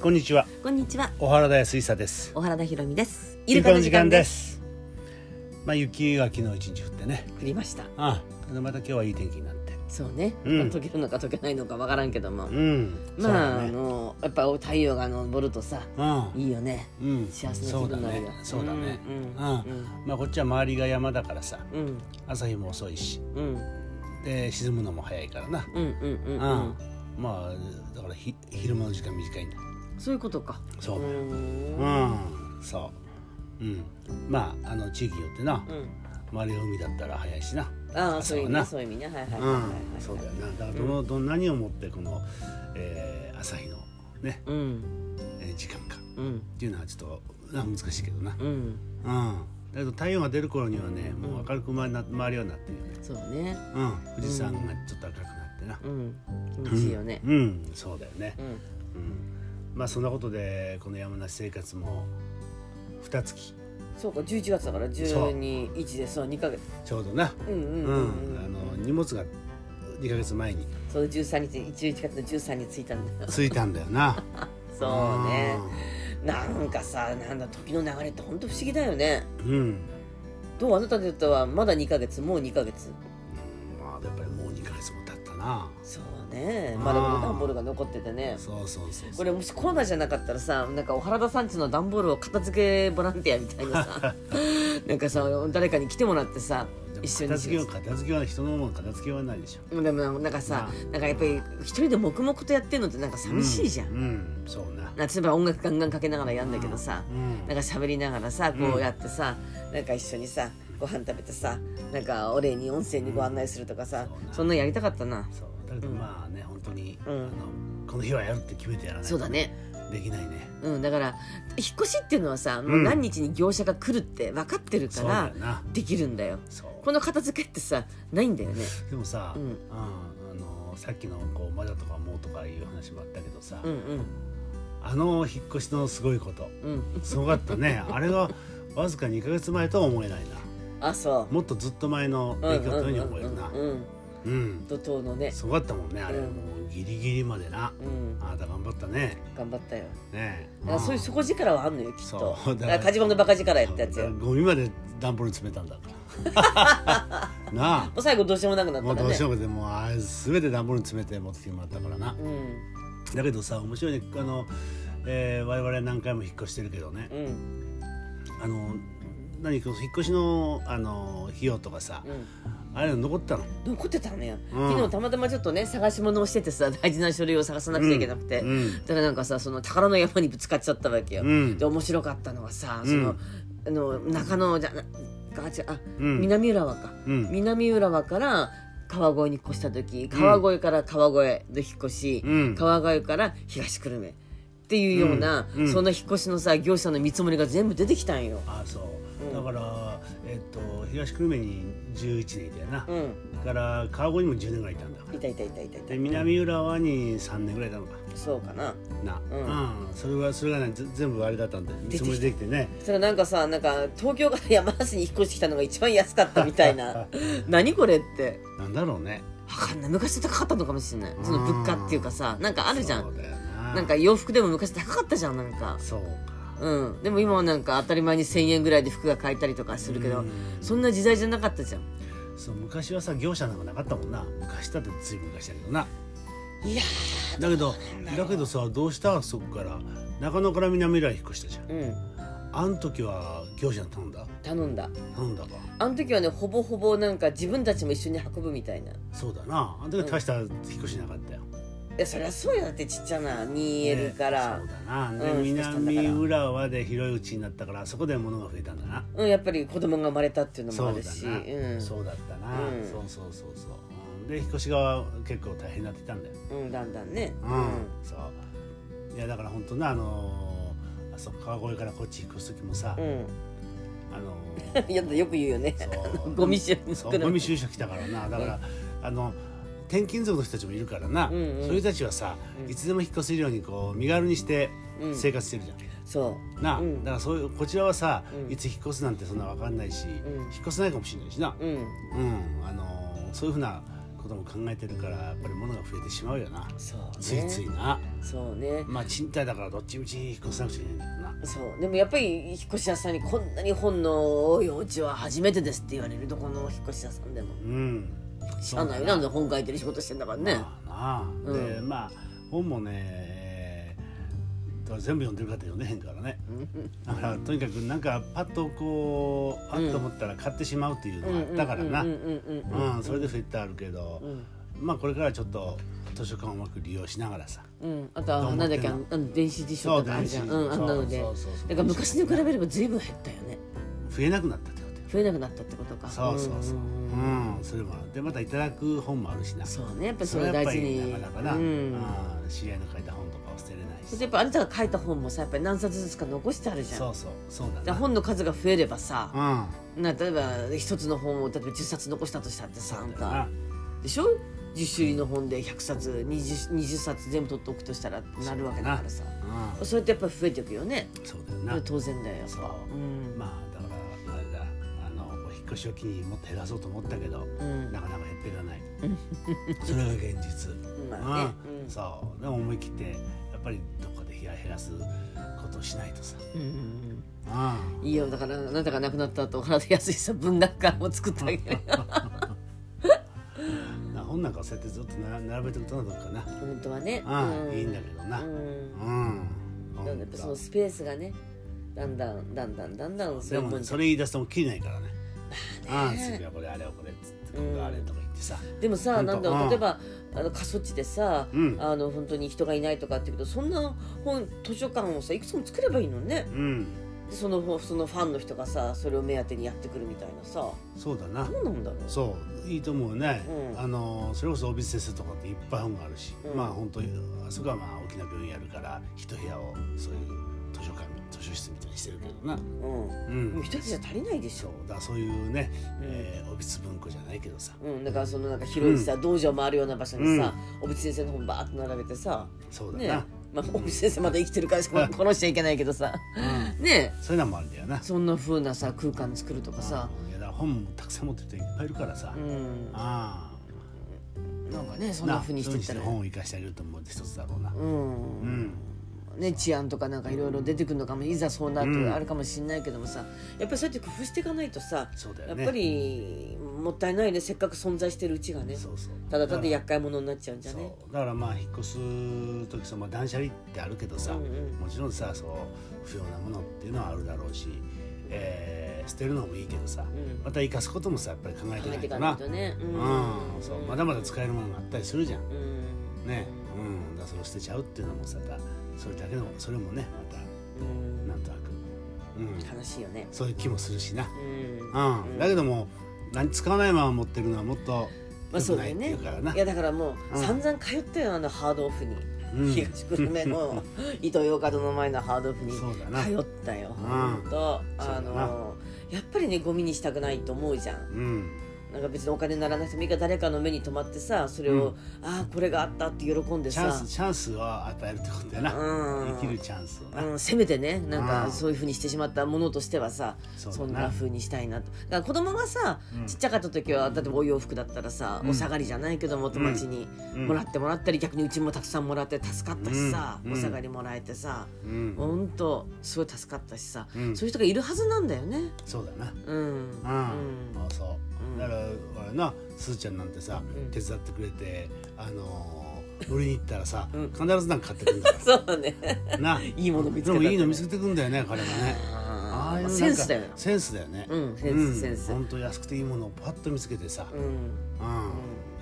こんにちはこんにちは、小原田康久です小原田裕美です。イルカの時間ですまあ雪が昨日一日降ってね降りました。ああまた今日はいい天気になってそうね、うん溶けるのか溶けないのかわからんけども、うんそうまあ、だあねのやっぱ太陽が昇るとさ、いいよね。うんうん幸せな気分になるよ。そうだねそうだねうんまあこっちは周りが山だからさうん朝日も遅いしうんうんで沈むのも早いからなうんうんうんうんうんまあだからひ昼間の時間短いんだそういうことか。そううだよんうんそううんまああの地域によってなうん周りが海だったら早いしなああ朝そういうは意味なそういう意味ねはいはいはいはいうはんい。そうだよなだからどの、どん何をもってこの、えー朝日のね、うんえー時間かっうんていうのはちょっとな難しいけどなうんうんだけど太陽が出る頃にはねもう明るく回りな回るようになってるよね、そうねうん、富士山がちょっと赤くなってな、うん気持ちいいよね。うん、うんそうだよね、うんうん、まあそんなことでこの山梨生活も二月そうか11月だからそう12一でそう2ヶ月。ちょうどな、うんううんんうんあうん。の荷物が2か月前にその13日11月の13に着いたんだよ。着いたんだよな そうね。なんかさなんだ時の流れって本当不思議だよねうんうんどうあなたにとってはまだ2ヶ月もう2ヶ月まあやっぱりもう2か月も経ったなそうねあーまだこの段ボールが残っててねそうそうそうそうこれもしコロナじゃなかったらさなんかお原田さんちの段ボールを片付けボランティアみたい なさなんかさ誰かに来てもらってさでも一緒に片付けよう片付けは人のもの片付けはないでしょでもなんかさなんかやっぱり一人で黙々とやってるのってなんか寂しいじゃん、うん、うんそうななんか例えば音楽ガンガンかけながらやんだけどさ、うんなんか喋りながらさこうやってさ、なんか一緒にさご飯食べてさなんかお礼に温泉にご案内するとかさ、うんそんなやりたかったなそうだけどまあね本当に、うんあのこの日はやるって決めてやらないとそうだねできないねうんだから引っ越しっていうのはさもう何日に業者が来るって分かってるかそうだらよなできるんだよそうこの片付けってさないんだよねでもさ、ううんんあのさっきのこうまだとかもうとかいう話もあったけどさ、うんあの引っ越しのすごいことうんうんすごかったねあれがわずか2か月前とは思えないなあそもっとずっと前のううん出来事のように思えるなうんうんうんうん怒涛のねすごかったもんねあれ、うんもうギリギリまでなうんあなた頑張ったね頑張ったよねえだからそういう底力はあんのよきっとそうだから火事場のバカ力やったやつよもゴミまで段ボールに詰めた んだからなう最後どうしようもなくあなっもたうどからうねしようもでもうあれ全て段ボールに詰めて持ってきてもらったからなうんだけどさ面白いねあの、えー我々何回も引っ越してるけどねうんあの何か引っ越しのあの費用とかさうんあれ残ったの残ってたのよ、うん昨日たまたまちょっとね探し物をしててさ大事な書類を探さなくちゃいけなくて、うんだからなんかさその宝の山にぶつかっちゃったわけよ、うんで面白かったのがさその,、あの中野じゃなあ違うあ、うん南浦和か、うん南浦和から川越に越した時川越から川越の引っ越し、うん川越から東久留米っていうような、うんうんその引っ越しのさ業者の見積もりが全部出てきたんよ。あそううんだから、えっと東久留米に11年いたよな、うん、だから川越にも10年ぐらいいたんだいたいたいたいたいたで南浦和に3年ぐらいいたのかそうかなな、うんうんそれはそれがねぜ全部あれだったんで見積もりできてねそれなんかさなんか東京から 山梨に引っ越してきたのが一番安かったみた いな何これってなんだろうねわかんない昔と高かったのかもしれないその物価っていうかさなんかあるじゃそんうだよななんか洋服でも昔高かったじゃんなんかそうかうんでも今はなんか当たり前に1,000円ぐらいで服が買えたりとかするけうどんそんな時代じゃなかったじゃんそう昔はさ業者なんかなかったもんな昔だってずいぶん昔だけどないやだけどだけどさどうしたそこから中野から南浦和引っ越したじゃんうんあん時は業者に頼んだ頼んだ頼んだかあの時はねほぼほぼなんか自分たちも一緒に運ぶみたいないそうだなあん時は大した引っ越しなかったよ、やそりゃそうよだってちっちゃな 2L から、ねそうだな、でうん引っ越したんだから南浦和で広いうちになったからそこで物が増えたんだなうんやっぱり子供が生まれたっていうのもそあうるだしな、うんそうだったな、うんそうそうそうそううんで引っ越しが結構大変になってきたんだようん、だんだんねうん、そういやだから本当なあのーあそこ川越からこっち引っ越す時もさ、うんあの いやだよく言うよねーそうゴミ収集そうゴミ収集来たからなだから、あの転勤族の人たちもいるからな、うんうんそれたちはさ、うんいつでも引っ越せるようにこう身軽にしてうん生活してるじゃん、そなあ、うんだからそういうこちらはさ、うんいつ引っ越すなんてそんな分かんないし、ん引っ越せないかもしれないしなう、うん、うんあのーそういうふうなことも考えてるからやっぱり物が増えてしまうよなそうねついついなそうねまあ賃貸だからどっちみち引っ越さなくちゃいけないんだけどなそうでもやっぱり引っ越し屋さんにこんなに本の多いお家は初めてですって言われるとこの引っ越し屋さんでもうん知らないよなんで本書いてる仕事してんだからね、まあなあでまあ本もねえーと全部読んでるかって読んでへんからねうんだからとにかくなんかパッとこうパッと思ったら買ってしまうっていうのがあったからなううんうんうんんそれで増えてあるけどうんまあこれからちょっと図書館をうまく利用しながらさうん、あとはなんだっけあのあの電子辞書とかあるじゃん、うん、あんなのでそうそうそうだから昔に比べれば随分減ったよね増えなくなったってことよ増えなくなったってことかそうそうそううんうんうんうんそれもあるでまたいただく本もあるしなそうねやっぱりそそれれはや大っぱ事りになかなかな、うんあー知り合いの書いた本とかを捨てれないそししてやっぱあなたが書いた本もさやっぱり何冊ずつか残してあるじゃんそうそうそうだだからな本の数が増えればさ、うんな例えば一つの本を例えば10冊残したとしたってさあんそうだなたでしょ10種類の本で100冊 20, 20冊全部取っておくとしたらなるわけだからさうそうやってやっぱ増えていくよねんそうだよこれな当然だよやっそうぱうん、まあだからあれだあのお引っ越しを機にもっと減らそうと思ったけどうんなかなか減っていかないそれが現実まあねううんんそうでも思い切ってやっぱりどこで部屋減らすことをしないとさうんうんうんうんいいよだからあなたが亡くなった後原田康さん文学館も作ってあげるな本なんかそうやってずっとな並べておくとなどうかな 本当はねあうあいいんだけどなううんんほんなとんでやっぱそのスペースがねだんだんだんだんだんだんそうでいうももんねじゃそれ言い出すともう切れないからねああね次はこれあれをこれっつって今度あれとか言ってさでもさ本当なんだうろんう例えばあの過疎地でさ、うんあの本当に人がいないとかって言うけどそんな本図書館をさいくつも作ればいいのねうんでそのほそのファンの人がさそれを目当てにやってくるみたいなさそうだなどうなんだろうそういいと思うねうんあのそれこそ帯先生とかっていっぱい本があるしうんまあ本当あそこはまあ大きな病院やるから一部屋をそういう図書館図書室みたいにしてるけどなううんもうん一人じゃ足りないでしそょうだそういうねえー帯津文庫じゃないけどさうん、だからそのなんか広いさ、道場回るような場所にさ、小渕先生の本ばーっと並べてさそうだねなまあ小渕先生まだ生きてるからしか殺しちゃいけないけどさうんねそういうのもあるんだよなそんな風なさ空間作るとかさうんいやだから本もたくさん持ってる人いっぱいいるからさ、うんあなんかねあそんな風にしてそういにっしたてら本を生かしてあげると思うって一つだろうなう、うんんね、治安とかなんかいろいろ出てくるのかもいざそうなってうんあるかもしれないけどもさ、やっぱりそうやって工夫していかないとさ、そうだやよっねぱりもったいないねせっかく存在してるうちがねそうそうただただやっ厄介者になっちゃうんじゃねそうだからまあ引っ越す時さ、まあ、断捨離ってあるけどさ、うんうんもちろんさそう不要なものっていうのはあるだろうし、えー捨てるのもいいけどさ、んまた生かすこともさやっぱり考え考てえなていいかとなないとねううんそうまだまだ使えるものがあったりするじゃんうんねうんだからそれを捨てちゃうっていうのもさまたそれだけのそれもねまたうんなんとなく、うん、悲しいよねそういう気もするしな、うんうんうんだけども何使わないまま持ってるのはもっとまあ良そくうなだいっていよねうからな、いやだからもううん散々通ったよあのハードオフに、うん東久留米の伊東洋華堂の前のハードオフにそうだな通ったようん本当そうだあのやっぱりねゴミにしたくないと思うじゃんうんなんか別にお金にならなくてもいいから誰かの目に留まってさそれを、うんああこれがあったって喜んでチャンさスチャンスを与えるってことだよな、うん生きるチャンスをな、うん、せめてねなんうかんそういうふうにしてしまったものとしてはさそそうんだななふうにしたいなとだから子供がさ、うんちっちゃかった時は例えばお洋服だったらさ、うんお下がりじゃないけども友達にうんもらってもらったり逆にうちもたくさんもらって助かったしさ、うんお下がりもらえてさ、うんほんとすごい助かったしさ、うんそういう人がいるはずなんだよね。そうだなうん、ううんん、あそう、うんだからあれなすーちゃんなんてさ、うん手伝ってくれてあのー売りに行ったらさ、うん必ずなんか買ってくるんだかそうだね らないいいもの見つけたでねもいいの見つけてくんだよね彼がねああーあいうなんかセンスだよねセンスだよねうんセンスうセンス本当安くていいものをパッと見つけてさ、ううんん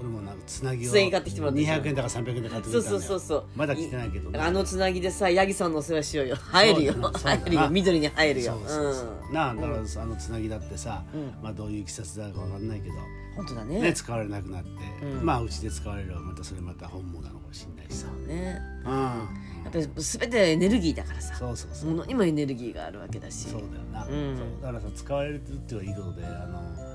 俺もなんかつなぎをつなぎ買ってきてもらったじゃん200円だか300円だか買ってきそたんうだよそうそうそうまだ来てないけどねあのつなぎでさヤギさんのお世話しようよ入るよそうだなそうだな 入るよ緑に入るよそうそうそう、うんなあだからさあのつなぎだってさ、うんまあどういういきさつだかわかんないけど、本当だねね、使われなくなって、うんまあうちで使われるはまたそれまた本物なのかもしれないしさ、ねうんやっぱり全てエネルギーだからさそうそうそう物にもエネルギーがあるわけだしそうだよな、うんそうだからさ使われるっていうのはいいことであの、えー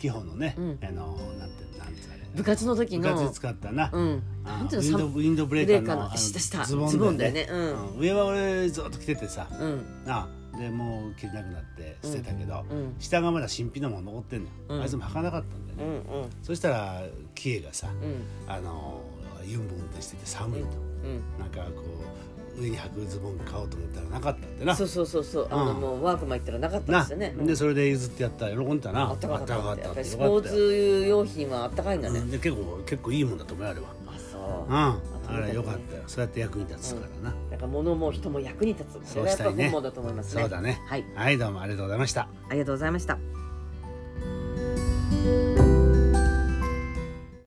基本のね、うんあのなんてなんつうのあれ部活の時部活での使ったな、うんあなんてウいィンうのドさウインドブレーカーブレーカーののあの下下ズボンズボンだよねうん上は俺ずっと着ててさ、うんなあでもう着れなくなって捨てたけど、うん下がまだ新品のもの残ってんのよ、うんあいつも履かなかったんだよだようね、んうんそしたらキエがさ、うんあのユンボン運転してて寒いと、うんなんかこう上に履くズボン買おうと思ったらなかったってなそうそうそうそうあのうんもうワークマン行ったらなかったんなですよねでそれで譲ってやったら喜んでたなあったかかったあっってたやかったっぱりってスよポかったーツ用品はあったかいんだうねんで結構結構いいもんだと思うよあれはあうそうんあれはよかったよそうやって役に立つからな、なんか物も人も役に立つ。そそれうがやしったぱいね本望だと思いますね。そうだねはい。はいどうもありがとうございましたありがとうございました。